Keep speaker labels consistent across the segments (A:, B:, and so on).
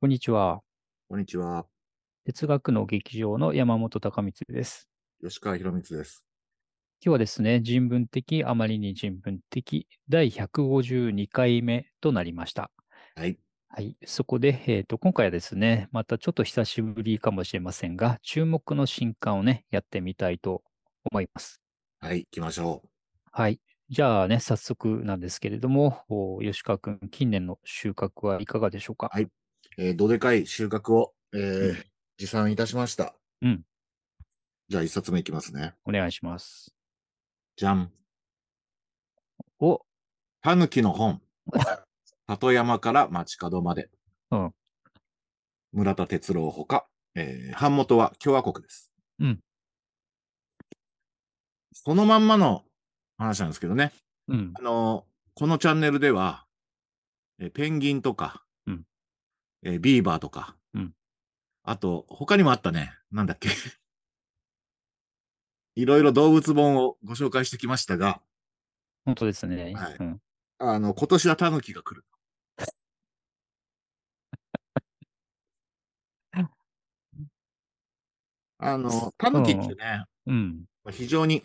A: こんにちは。
B: こんにちは。
A: 哲学の劇場の山本隆光です。
B: 吉川博光です。
A: 今日はですね、人文的、あまりに人文的、第152回目となりました。
B: はい。
A: はい。そこで、えっ、ー、と、今回はですね、またちょっと久しぶりかもしれませんが、注目の新刊をね、やってみたいと思います。
B: はい、行きましょう。
A: はい。じゃあね、早速なんですけれども、吉川君、近年の収穫はいかがでしょうか。
B: はい。えー、どでかい収穫を、えー、うん、持参いたしました。
A: うん。
B: じゃあ、一冊目いきますね。
A: お願いします。
B: じゃん。
A: お
B: たぬき の本。里山から街角まで。
A: うん。
B: 村田哲郎ほか、えー、版元は共和国です。
A: うん。
B: そのまんまの話なんですけどね。
A: うん。
B: あのー、このチャンネルでは、えー、ペンギンとか、
A: うん、
B: えー、ビーバーとか、
A: うん、
B: あと、他にもあったね。なんだっけ。 いろいろ動物本をご紹介してきましたが。
A: 本当ですね。
B: はい。
A: うん、
B: あの、今年はタヌキが来 る。あの、タヌキってね、
A: うん、
B: 非常に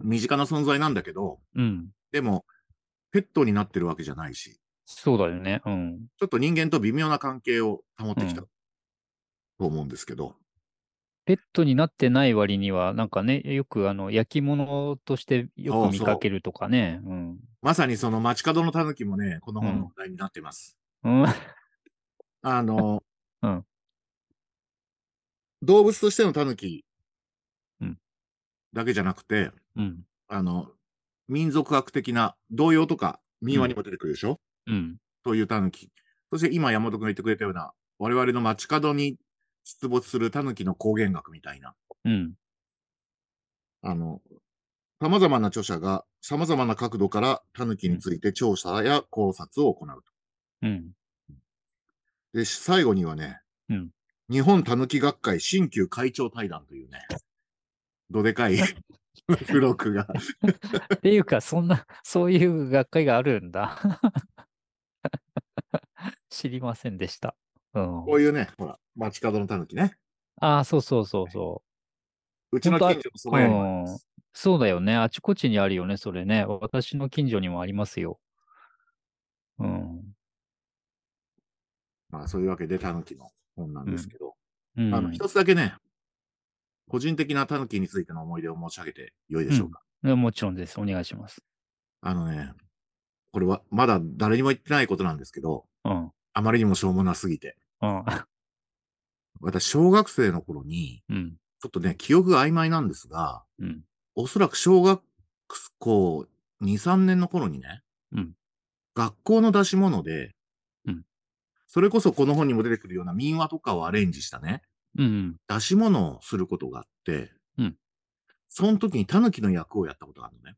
B: 身近な存在なんだけど、
A: うん、
B: でも、ペットになってるわけじゃないし。
A: そうだよね。うん。
B: ちょっと人間と微妙な関係を保ってきた、うん、と思うんですけど。
A: ペットになってない割には、なんかね、よくあの焼き物としてよく見かけるとかね。そうそううん、
B: まさにその街角のタヌキもね、この本の話題になってます。
A: うん、
B: あの、
A: うん、
B: 動物としてのタヌキだけじゃなくて、
A: うん、
B: あの、民族学的な童謡とか民話にも出てくるでし
A: ょ、うん、
B: そういうタヌキ。そして今山本君が言ってくれたような、我々の街角に出没するタヌキの光源学みたいな。
A: うん。
B: あの、様々な著者が様々な角度からタヌキについて調査や考察を行うと。
A: うん。
B: で、最後にはね、
A: うん、
B: 日本タヌキ学会新旧会長対談というね、 どでかい 付 録が
A: っていうか、そんな、そういう学会があるんだ 知りませんでした。うん、
B: こういうね、ほら、街角のたぬきね。。
A: ああ、そうそうそうそう
B: うちの近所もそのようにあります、
A: うん、そうだよね。あちこちにあるよね、それね。私の近所にもありますよ。うん。
B: まあ、そういうわけで、たぬきの本なんですけど。
A: うん、
B: あの、一つだけね、個人的なタヌキについての思い出を申し上げてよいでしょうか、
A: うん、もちろんです。お願いします。
B: あのね、これはまだ誰にも言ってないことなんですけど、
A: うん、
B: あまりにもしょうもなすぎて。
A: うん、
B: 私、小学生の頃に、
A: うん、
B: ちょっとね、記憶が曖昧なんですが、
A: うん、
B: おそらく小学校2、3年の頃にね、
A: うん、
B: 学校の出し物で、
A: うん、
B: それこそこの本にも出てくるような民話とかをアレンジしたね、
A: うん、
B: 出し物をすることがあって、
A: うん、
B: その時にタヌキの役をやったことがある
A: のね。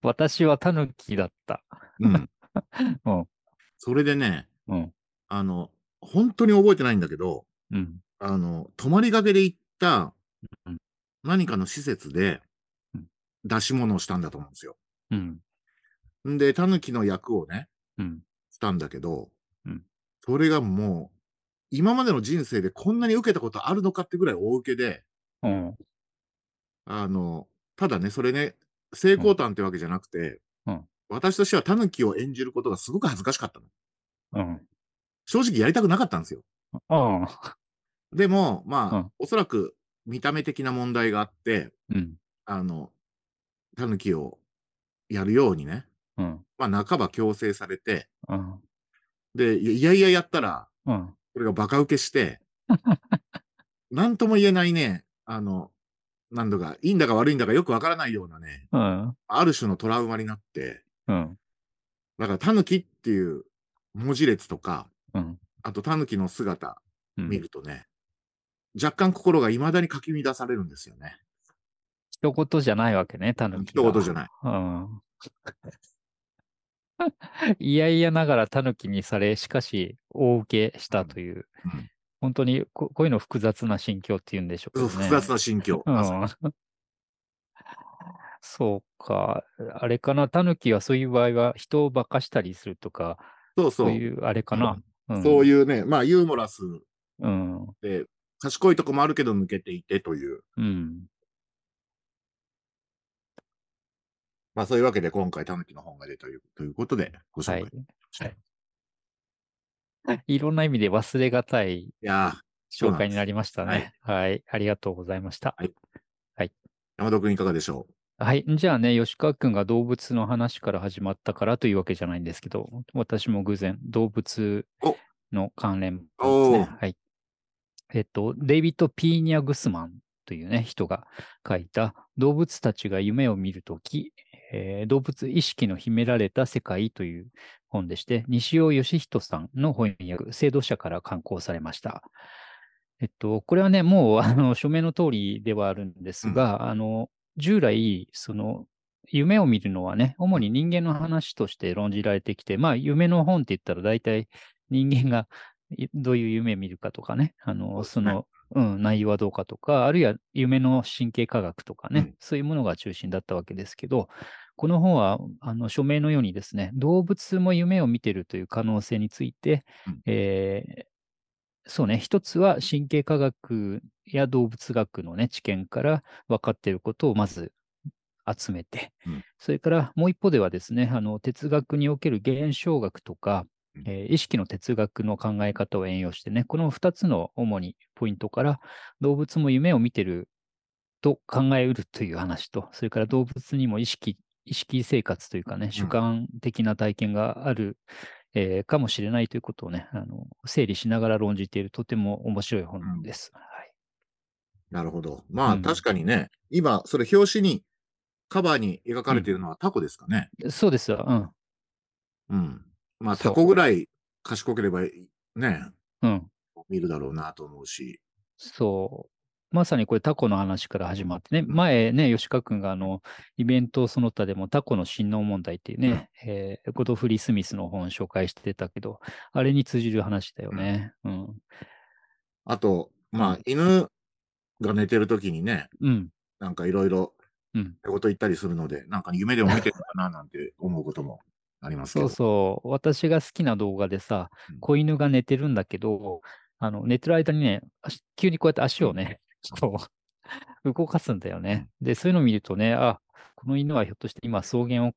A: 私はタヌキだった。
B: うん。
A: うん、
B: それでね、
A: うん、
B: あの、本当に覚えてないんだけど、
A: うん、
B: あの、泊まりがけで行った何かの施設で出し物をしたんだと思うんですよ。
A: うん。
B: んで、タヌキの役をね、
A: うん、
B: したんだけど、
A: うん、
B: それがもう、今までの人生でこんなに受けたことあるのかってぐらい大受けで、
A: うん、
B: あの、ただね、それね、成功談ってわけじゃなくて、
A: うん、
B: 私としてはタヌキを演じることがすごく恥ずかしかったの。
A: うん、
B: 正直やりたくなかったんですよ。
A: うん、
B: でも、まあ、うん、おそらく見た目的な問題があって、
A: うん、
B: あの、タヌキをやるようにね、
A: うん、
B: まあ、半ば強制されて、
A: うん、
B: で、いやいややったら、
A: うん、
B: これがバカ受けして、なんとも言えないね、あの、なんだか、いいんだか悪いんだかよくわからないようなね、
A: うん、
B: ある種のトラウマになって、
A: うん、
B: だから、タヌキっていう文字列とか、
A: うん、
B: あと、タヌキの姿見るとね、若干心が未だにかき乱されるんですよね。
A: 一言じゃないわけね、タヌキ。
B: 一言じゃない。
A: いやいやながらタヌキにされ、しかし大受けしたという、
B: うん、
A: 本当にこういうの複雑な心境っていうんでしょうか、ね、
B: 複雑な心境。
A: うん、 そうか、あれかな、タヌキはそういう場合は人を化かしたりするとか、
B: そうそ
A: そうういうあれかな。うん、
B: そう
A: い
B: いうね、まあユーモラス
A: う。うん。
B: で、賢いとこもあるけど抜けていてという、
A: うん。
B: まあそういうわけで今回たぬきの本が出たというということでご紹
A: は
B: 介。
A: い
B: い、。
A: はい。いろんな意味で忘れがたい
B: やー、そう
A: 紹
B: なんです
A: 介になりましたね。はい。ありがとうございました。
B: 山田君いかがでしょ
A: はい。じゃあね、吉川くんが動物の話から始まったからというわけじゃないんですけど、私も偶然動物の関連です
B: お
A: ね。はい。えっと、デイビッド・ピーニャ・グスマンというね、人が書いた動物たちが夢を見るとき、えー動物意識の秘められた世界という本でして、西尾義人さんの翻訳、制度社から刊行されました。えっと、これはね、もう、あの、署名の通りではあるんですが、あの、従来、その、夢を見るのはね、主に人間の話として論じられてきて、まあ、夢の本って言ったら大体人間がいどういう夢見るかとかね、あの、そ
B: そ
A: う
B: ですね
A: の、うん、内容はどうかとか、あるいは夢の神経科学とかね、
B: うん
A: そういうものが中心だったわけですけど、この本は、あの、署名のようにですね、動物も夢を見てるという可能性について、
B: うん
A: えーそうね、一つは神経科学や動物学のね、知見から分かっていることをまず集めて、
B: うん
A: それからもう一方ではですね、あの哲学における現象学とか、
B: うん
A: えー意識の哲学の考え方を援用してね、この2つの主にポイントから、動物も夢を見てると考えうるという話と、それから動物にも意識、意識生活というかね、主観的な体験がある、えーかもしれないということをねあの、整理しながら論じているとても面白い本です。はい、
B: うなるほど。まあ、
A: うん
B: 確かにね、今、それ表紙に、カバーに描かれているのはタコですかね。
A: そうですわ、うん。
B: うん。まあ、
A: そう
B: タコぐらい賢ければいいね、
A: うん。
B: 見るだろうなと思うし。
A: そう。まさにこれタコの話から始まってね、
B: ん
A: 前ね、吉川君があの、イベントその他でもタコの親王問題っていうね、えーゴドフリー・スミスの本紹介してたけど、あれに通じる話だよね。うん。
B: あと、ま
A: う
B: あ
A: ん、
B: 犬が寝てる時にね、
A: うん。
B: なんかいろいろ、
A: うん
B: 仕事行ったりするので、なんか夢でも見てるのかななんて思うこともあります
A: そ
B: けど。
A: うそう。私が好きな動画でさ
B: うん、
A: 子犬が寝てるんだけど、あの、寝てる間にね、足急にこうやって足をね、こう、動かすんだよね。で、そういうのを見るとね、あ、この犬はひょっとして今草原を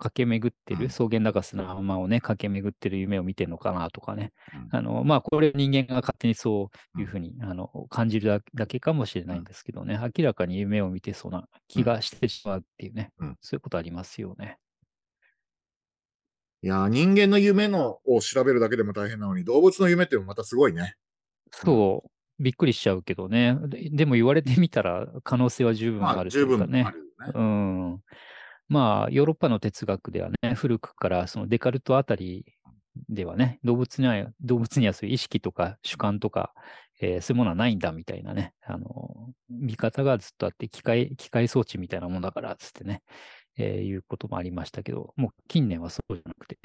A: 駆け巡って
B: うん
A: る、草原だか砂浜をね、駆け巡ってる夢を見てるのかなとかね。
B: うん
A: あの、まあ、これ人間が勝手にそういうふ
B: う
A: うに、あの、感じるだだけかもしれないんですけどね、明らかに夢を見てそうな気がしてしまうっていうね、
B: うん
A: そういうことありますよね。
B: いやー、人間の夢のを調べるだけでも大変なのに、動物の夢っていうのもまたすごいね。
A: そう、びっくりしちゃうけどね。ででも言われてみたら可能性は十分
B: ま
A: あ
B: あ、
A: るとい
B: 十
A: う
B: 分
A: か
B: ある
A: ね。
B: よね。
A: うん。まあ、ヨーロッパの哲学ではね、古くからそのデカルトあたりではね、動物には、動物にはそういう意識とか主観とか、えーそういうものはないんだみたいなね、あの、見方がずっとあって、機械、機械装置みたいなもんだから、つってね、えーいうこともありましたけど、もう近年はそうじゃなくて、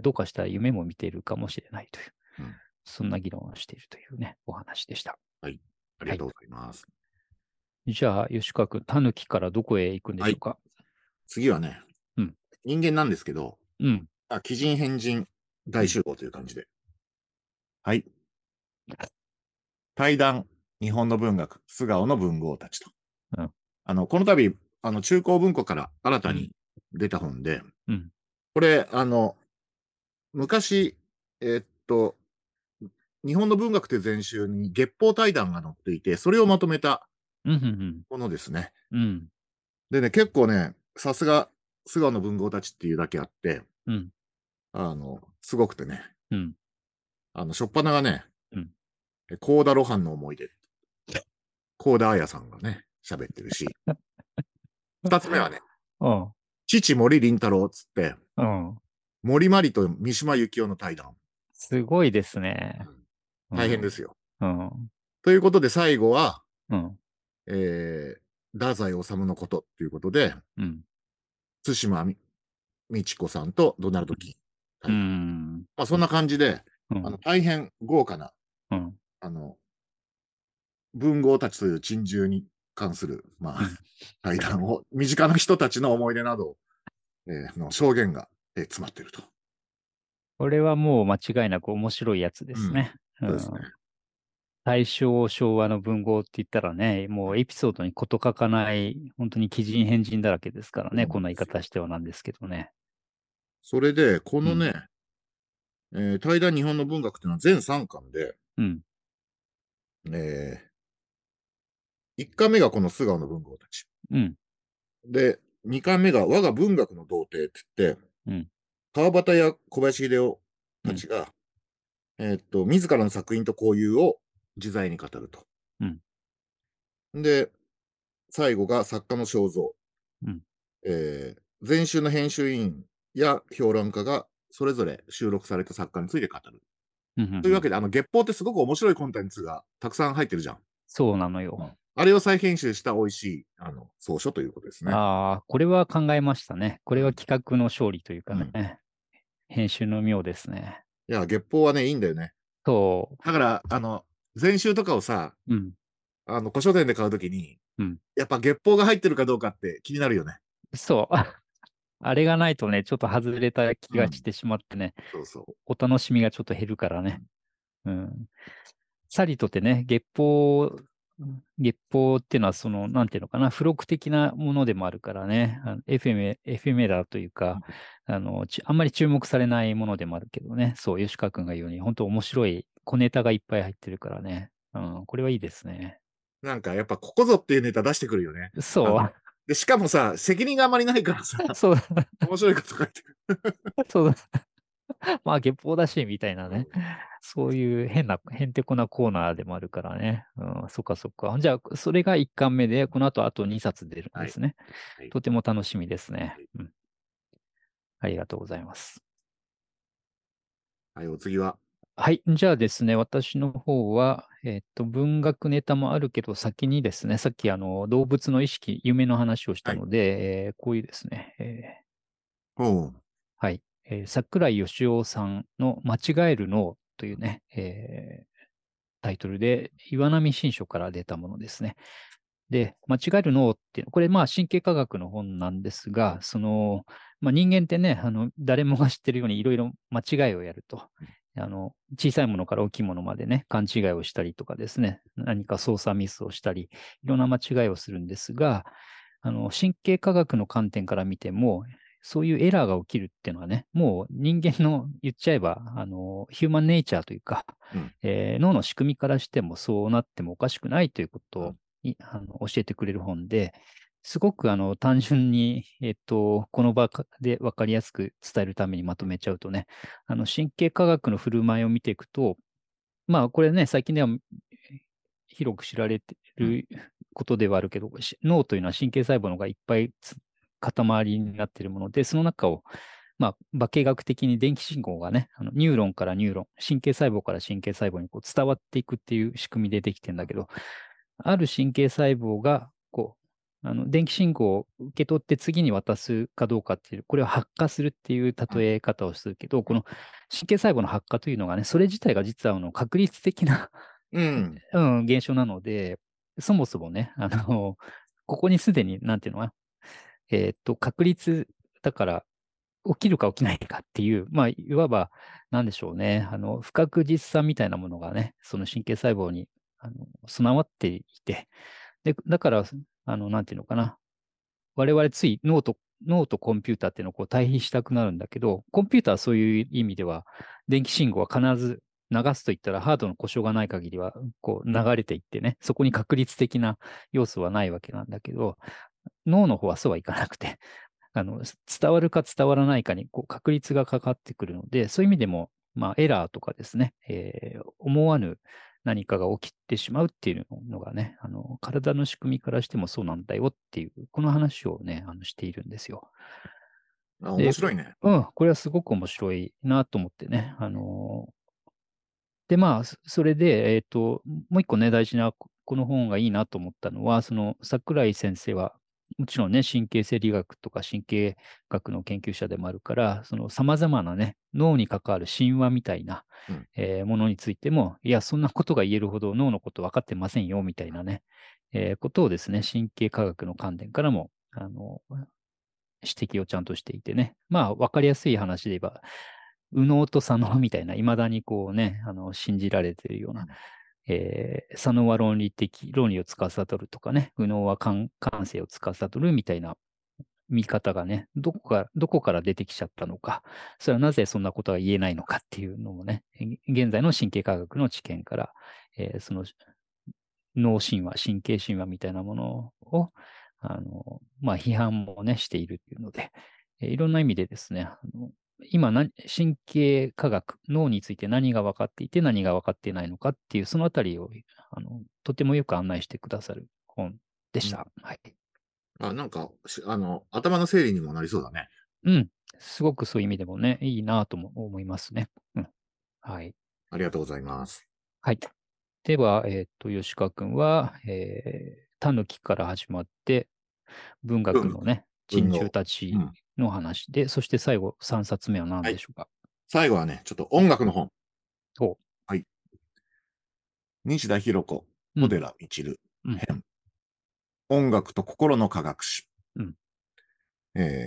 A: どうかしたら夢も見ているかもしれないという、
B: うん
A: そんな議論をしているというね、お話でした。
B: ありがとうございます。
A: じゃあ、吉川君、タヌキからどこへ行くんでしょうか、
B: 次はね、
A: うん
B: 人間なんですけど、
A: うん。
B: あ、鬼人変人大集合という感じで。はい。対談、日本の文学、素顔の文豪たちと。
A: うん
B: あの、この度、あの、中高文庫から新たに出た本で、
A: うん
B: これ、あの、昔、えっと、日本の文学という全集に月報対談が載っていて、それをまとめた
A: うん、うん、
B: ものですね。
A: うん。うん。
B: でね、結構ね、さすが、菅野文豪たちっていうだけあって、
A: うん
B: あの、すごくてね、
A: うん
B: あの、しょっぱながね
A: うん、
B: 高田露伴の思い出。高田彩さんがね、喋っ てるし、二つ目はね、
A: うん。
B: 父森林太郎っつって、
A: うん。
B: 森まりと三島由紀夫の対談。
A: すごいですね。。
B: 大変ですすよ。
A: うん。
B: ということで、最後は、
A: うん。
B: えー、太宰治のことっていうことで、
A: うん。
B: 対馬み美智子さんとドナルド・キ
A: う
B: ン。
A: ん。うん。
B: まあ、そんな感じで、
A: うん
B: あの大変豪華な、
A: うん。
B: あの、文豪たちという珍獣に関する、まあ
A: うん、
B: 対談を、身近な人たちの思い出などを、えーの証言が、えー詰まっていると。
A: これはもう間違いなく面白いやつですね。
B: ん
A: うん
B: そうですね
A: 大正昭和の文豪って言ったらね、もうエピソードに事欠かない、本当に奇人変人だらけですからね、
B: うん
A: こんな言い方してはなんですけどね。
B: それで、このね、えー対談日本の文学っていうのは全3巻で、
A: うん。
B: え1巻目がこの素顔の文豪たち。
A: うん。
B: で、2巻目が我が文学の童貞って
A: う
B: 言って
A: ん、
B: 川端や小林秀夫たちが、えーっと、自らの作品と交友を自在に語ると。
A: うん
B: で、最後が作家の肖像。
A: うん
B: えー前週の編集委員や評論家がそれぞれ収録された作家について語る。
A: うん
B: というわけで、あの、月報ってすごく面白いコンテンツがたくさん入ってるじゃん。
A: そうなのよ。
B: あれを再編集した美味しい、あの、草書ということですね。
A: ああ、これは考えましたね。これは企画の勝利というかね、編集の妙ですね。
B: いや、月報はね、いいんだよね。
A: そ
B: だから、あの、前週とかをさ、
A: う。うん。
B: あの、古書店で買うときに、
A: うん
B: やっぱ月報が入ってるかどうかって気になるよね。
A: そう。 あれがないとね、ちょっと外れた気がしてしまってね、
B: そうそう。
A: お楽しみがちょっと減るからね。うん。さりとてね、月報、月報っていうのは、その、なんていうのかな、付録的なものでもあるからね、あのエフェメエフェメラというか、あの、ちあんまり注目されないものでもあるけどね、そう、吉川君が言うように、本当面白い小ネタがいっぱい入ってるからね、うん、これはいいですね。
B: なんか、やっぱここぞっていうネタ出してくるよね。
A: そ
B: で、しかもさ、責任があまりないか らさ、
A: う、 そう、
B: 面白いこと書いてくる。
A: そうだ。 まあ、月報だし、みたいなね。そういう変な、へんてこなコーナーでもあるからね。うん、そっかそっか。じゃあ、それが1巻目で、この後あと2冊出るんですね。
B: はいはい
A: とても楽しみですね、
B: はい
A: うん。ありがとうございます。
B: はい、お次は。
A: はい。じゃあですね、私の方は、えっと、文学ネタもあるけど、先にですね、さっきあの、動物の意識、夢の話をしたので、えーこういうですね、えー
B: おう
A: はい。えー桜井義雄さんの間違える脳というね、えータイトルで、岩波新書から出たものですね。で、間違える脳っていうのこれ、まあ、神経科学の本なんですが、その、まあ、人間ってね、あの、誰もが知ってるようにいろいろ間違いをやると。あの、小さいものから大きいものまでね、勘違いをしたりとかですね、何か操作ミスをしたり、いろんな間違いをするんですが、あの、神経科学の観点から見ても、そういうエラーが起きるっていうのはね、もう人間の言っちゃえば、あの、ヒューマンネイチャーというか、
B: うん
A: えー脳の仕組みからしてもそうなってもおかしくないということ
B: う
A: をいあの教えてくれる本で、すごくあの単純に、えっと、この場で分かりやすく伝えるためにまとめちゃうとね、あの神経科学の振る舞いを見ていくと、まあこれね、最近では広く知られてることではあるけど、し脳というのは神経細胞のがいっぱいつ塊になっているもので、その中を、まあ、化学的に電気信号がね、あのニューロンからニューロン、神経細胞から神経細胞にこう伝わっていくっていう仕組みでできてるんだけど、ある神経細胞が、こう、あの電気信号を受け取って次に渡すかどうかっていう、これを発火するっていう例え方をするけど、この神経細胞の発火というのがね、それ自体が実はあの確率的な
B: うん。
A: うん、現象なので、そもそもね、あの、ここにすでに、なんていうのは、えーっと、確率だから、起きるか起きないかっていう、まあ、いわば、なんでしょうね、あの、不確実さみたいなものがね、その神経細胞にあの備わっていて、で、だから、あの、なんていうのかな、我々つい脳と、脳とコンピューターっていうのをこう対比したくなるんだけど、コンピューターはそういう意味では、電気信号は必ず流すといったらハードの故障がない限りはこう流れていってね、そこに確率的な要素はないわけなんだけど、脳の方はそうはいかなくて、 あのす伝わるか伝わらないかにこう確率がかかってくるので、そういう意味でも、まあ、エラーとかですね、えー思わぬ何かが起きてしまうっていうのがねあの、体の仕組みからしてもそうなんだよっていう、この話をね、あのしているんですよ。
B: あ面白いね。
A: うん、これはすごく面白いなと思ってね。あのーで、まあ、そそれで、えっ、と、もう一個ね、大事な、ここの本がいいなと思ったのは、その、桜井先生は、もちろんね、神経生理学とか神経学の研究者でもあるから、その様々なね、脳に関わる神話みたいな、
B: うん
A: えーものについても、いや、そんなことが言えるほど脳のこと分かってませんよ、みたいなね、えーことをですね、神経科学の観点からも、あの、指摘をちゃんとしていてね。まあ、わかりやすい話で言えば、右脳と左脳みたいな、未だにこうね、あの、信じられているような、えー左脳は論理的、論理を司るとかね、右脳は感感性を司るみたいな見方がね、どこから、どこから出てきちゃったのか、それはなぜそんなことが言えないのかっていうのもね、え現在の神経科学の知見から、えーその脳神話、神経神話みたいなものを、あの、まあ、批判もね、しているっていうので、えーいろんな意味でですね、あの今何、神経科学、脳について何が分かっていて何が分かっていないのかっていう、そのあたりをあのとてもよく案内してくださる本でした。はい。
B: あ、なんか、しあの、頭の整理にもなりそうだね。
A: うん。すごくそういう意味でもね、いいなとも思いますね。うん。はい。
B: ありがとうございます。
A: はい。では、えっ、と、吉川君は、えー、狸から始まって、文学のね、珍
B: 文
A: 獣たち
B: うん
A: の話で、そして最後、3冊目は何でしょうか。
B: 最後はね、ちょっと音楽の本。
A: お
B: はい。西田博子、
A: うん
B: 小寺みちる
A: うん
B: 編、音楽と心の科学史。
A: うん
B: えー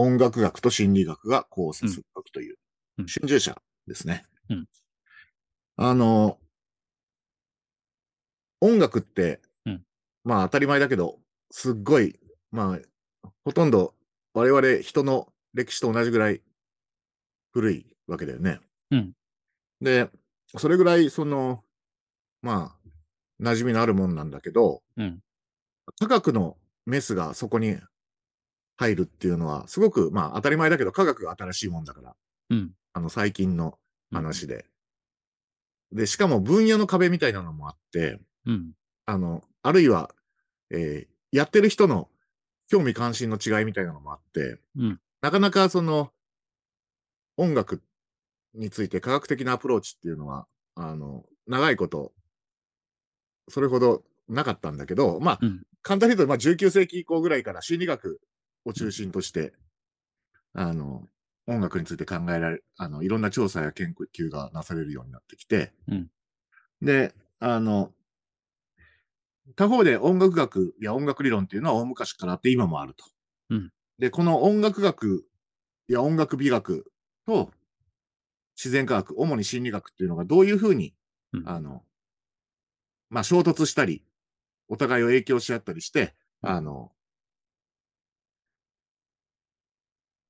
B: 音楽学と心理学が交差する学という、
A: うん
B: 新住者ですね。
A: うん
B: あの、音楽って、
A: うん
B: まあ当たり前だけど、すっごい、まあ、ほとんど我々人の歴史と同じぐらい古いわけだよね。
A: うん
B: で、それぐらい、その、まあ、馴染みのあるもんなんだけど、
A: うん
B: 科学のメスがそこに入るっていうのは、すごく、まあ、当たり前だけど、科学が新しいもんだから、
A: うん。
B: あの、最近の話で。で、しかも分野の壁みたいなのもあって、
A: うん。
B: あの、あるいは、えーやってる人の興味関心の違いみたいなのもあって、
A: うん
B: なかなかその、音楽について科学的なアプローチっていうのは、あの、長いこと、それほどなかったんだけど、まあ、
A: うん
B: 簡単に言うと、まあ、19世紀以降ぐらいから心理学を中心として、あの、音楽について考えられ、あの、いろんな調査や研究がなされるようになってきて、
A: うん
B: で、あの、他方で音楽学や音楽理論っていうのは大昔からあって今もあると。
A: うん
B: で、この音楽学や音楽美学と自然科学、主に心理学っていうのがどういうふうに、
A: うん
B: あの、まあ、衝突したり、お互いを影響し合ったりして、
A: うん
B: あの、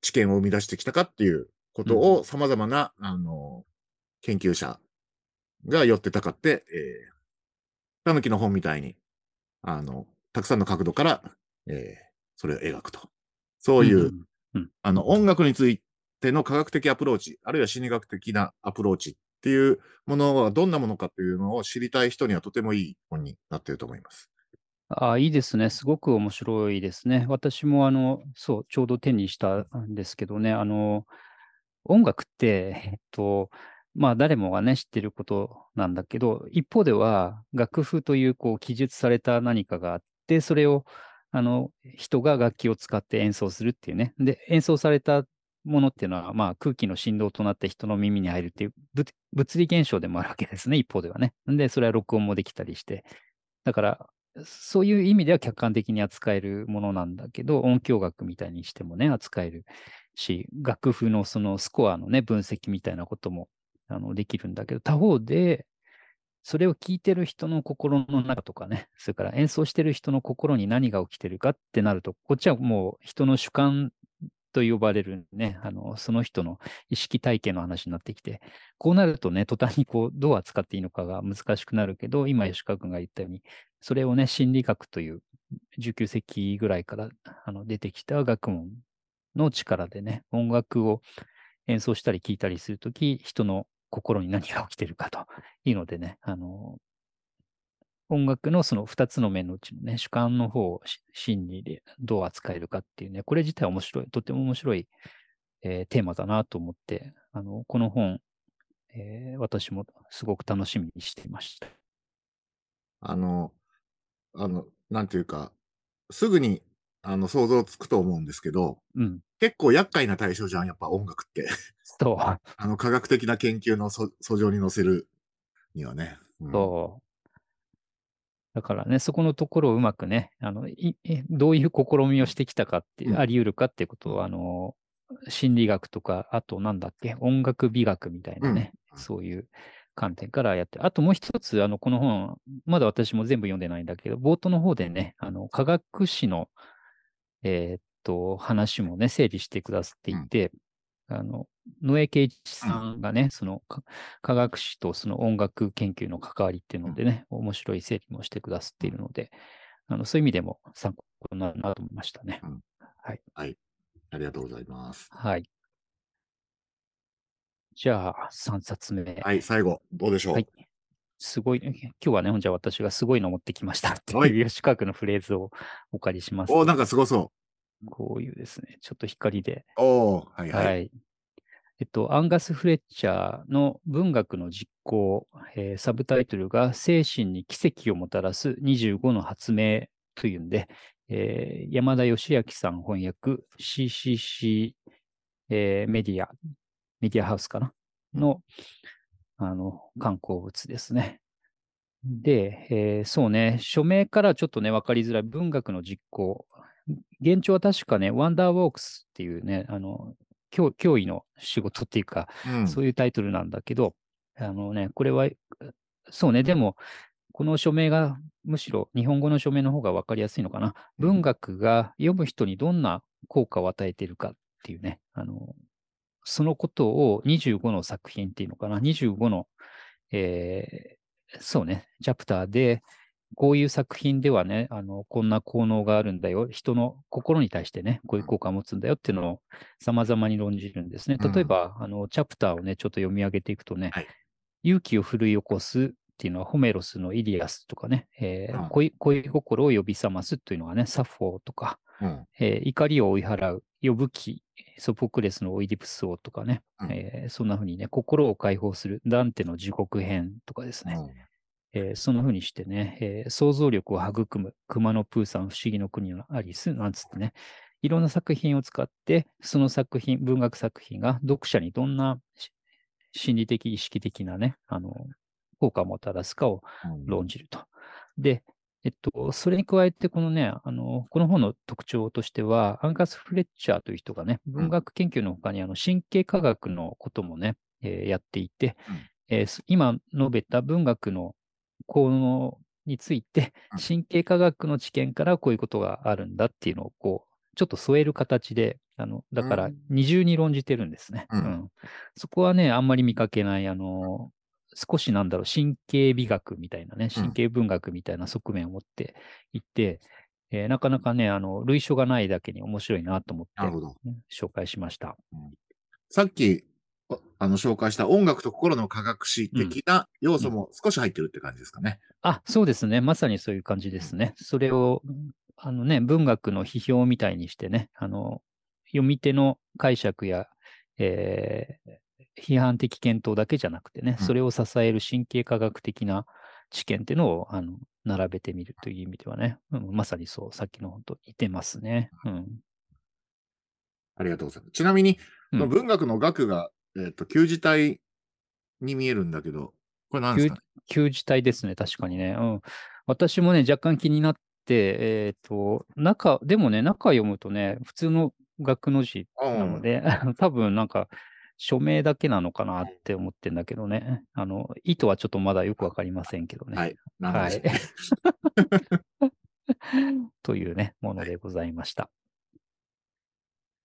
B: 知見を生み出してきたかっていうことを様々な、あの、研究者が寄ってたかって、えー、たぬきの本みたいに、あの、たくさんの角度から、えー、それを描くと。そういう、
A: ん
B: あの、音楽についての科学的アプローチ、あるいは心理学的なアプローチっていうものはどんなものかというのを知りたい人にはとてもいい本になっていると思います。
A: ああ、いいですね。すごく面白いですね。私も、あの、そう、ちょうど手にしたんですけどね、あの、音楽って、えっと、まあ、誰もがね、知ってることなんだけど、一方では、楽譜という、こう、記述された何かがあって、それを、あの、人が楽器を使って演奏するっていうね。で、演奏されたものっていうのは、まあ、空気の振動となって人の耳に入るっていう物、物理現象でもあるわけですね、一方ではね。で、それは録音もできたりして。だから、そういう意味では客観的に扱えるものなんだけど、音響学みたいにしてもね、扱えるし、楽譜のそのスコアのね、分析みたいなこともあのできるんだけど、他方で、それを聞いてる人の心の中とかね、それから演奏してる人の心に何が起きてるかってなると、こっちはもう人の主観と呼ばれるね、あの、その人の意識体系の話になってきて、こうなるとね、途端にこう、どう扱っていいのかが難しくなるけど、今吉川君が言ったように、それをね、心理学という19世紀ぐらいからあの出てきた学問の力でね、音楽を演奏したり聴いたりするとき、人の心に何が起きてるかというのでね、あの、音楽のその2つの面のうちのね、主観の方をし心理でどう扱えるかっていうね、これ自体面白い、とても面白い、えーテーマだなと思って、あの、この本、えー私もすごく楽しみにしていました。
B: あの、あの、なんていうか、すぐに、あの、想像つくと思うんですけど、
A: うん。
B: 結構厄介な対象じゃん、やっぱ音楽って。
A: そう。
B: あの、科学的な研究のそ訴状に載せるにはね。うん
A: そう。だからね、そこのところをう まくね、あのいいどういう試みをしてきたかって、
B: うん
A: あり得るかっていうことを、あの、心理学とか、あとなんだっけ、音楽美学みたいなね、
B: うん
A: そういう観点からやって、あともう一つ、あの、この本、まだ私も全部読んでないんだけど、冒頭の方でね、あの、科学史の、えーっと、話もね、整理してくださっていて、あの、野江圭一さんがね、そのか科学史とその音楽研究の関わりっていうのでね、面白い整理もしてくださっているので、あのそういう意味でも参考になるなと思いましたね。
B: ありがとうございます。
A: はい。じゃあ、3冊目。
B: はい、最後、どうでしょう。
A: はいすごい、今日はね、ほんじゃ私がすごいの持ってきましたって
B: はい
A: いう吉川君のフレーズをお借りします。
B: おなんかすごそ
A: こういうですね、ちょっと光で
B: う。おーはい
A: は、
B: はいい。
A: えっと、アンガス・フレッチャーの文学の実行、えーサブタイトルが精神に奇跡をもたらす25の発明というんで、えー山田義明さん翻訳 CCC、えーメディア、メディアハウスかなの、あの、観光物ですね。で、えーそうね、署名からちょっとね、わかりづらい文学の実行。現状は確かね、ワンダーウォークスっていうね、あの、脅脅威の仕事っていうか、
B: うん
A: そういうタイトルなんだけど、あのね、これは、そうね、でも、この署名がむしろ日本語の署名の方が分かりやすいのかな。文学が読む人にどんな効果を与えているかっていうね、あの、そのことを25の作品っていうのかな、25の、えーそうね、チャプターで、こういう作品ではね、あの、こんな効能があるんだよ、人の心に対してね、こういう効果を持つんだよっていうのを様々に論じるんですね。
B: うん
A: 例えば、あの、チャプターをね、ちょっと読み上げていくとね、
B: はい
A: 勇気を奮い起こすっていうのはホメロスのイリアスとかね、えー
B: うん
A: 恋恋心を呼び覚ますというのはね、サフォーとか、
B: うん
A: えー怒りを追い払う、呼ぶ気、ソポクレスのオイディプス王とかね、
B: うん
A: えーそんな風にね、心を解放する、ダンテの地獄編とかですね、えーそんな風にしてね、えー想像力を育む、熊野プーさん、不思議の国のアリス、なんつってね、いろんな作品を使って、その作品、文学作品が読者にどんなし心理的、意識的なね、あの、効果をもたらすかを
B: うん
A: 論じると。で、えっと、それに加えて、このね、あの、この本の特徴としては、アンガス・フレッチャーという人がね、文学研究の他に、あの、神経科学のこともね、えーやっていて、
B: うん
A: えーす今述べた文学の効能について
B: うん、
A: 神経科学の知見からこういうことがあるんだっていうのを、こう、ちょっと添える形で、あの、だか
B: う
A: ら
B: ん
A: 二重に論じてるんですね。
B: うん
A: そこはね、あんまり見かけない、あの、少しなんだろう、神経美学みたいなね、
B: うん
A: 神経文学みたいな側面を持っていて、えーなかなかね、あの、類書がないだけに面白いなと思って
B: なるほど。
A: ね、紹介しました。
B: さっき、ああの、紹介した音楽と心の科学史的な要素も少し入ってるって感じですかね。
A: あ、そうですね。まさにそういう感じですね。それを、あのね、文学の批評みたいにしてね、あの、読み手の解釈や、えー批判的検討だけじゃなくてね、
B: うん
A: それを支える神経科学的な知見っていうのを、あの、並べてみるという意味ではね、うんまさにそう、さっきの本と似てますね。うん。
B: ありがとうございます。ちなみに、
A: うん
B: その文学の学が、えっ、と、旧字体に見えるんだけど、これ何ですかね
A: 旧字体ですね、確かにね。うん。私もね、若干気になって、えっ、と、中、でもね、中読むとね、普通の学の字
B: あ
A: なので、 あの多分なんか、署名だけなのかなって思ってんだけどね。あの、意図はちょっとまだよくわかりませんけどね。
B: はいなるほどですね。
A: というね、ものでございました。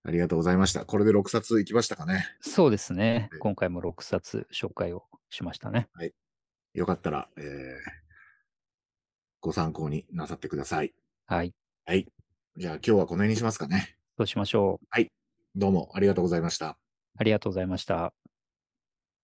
B: ありがとうございました。これで6冊いきましたかね。
A: そうですね
B: はい。
A: 今回も6冊紹介をしましたね。
B: よかったら、えーご参考になさってください。
A: はい。
B: じゃあ今日はこの辺にしますかね。
A: そうしましょう。
B: どうもありがとうございました。
A: ありがとうございました。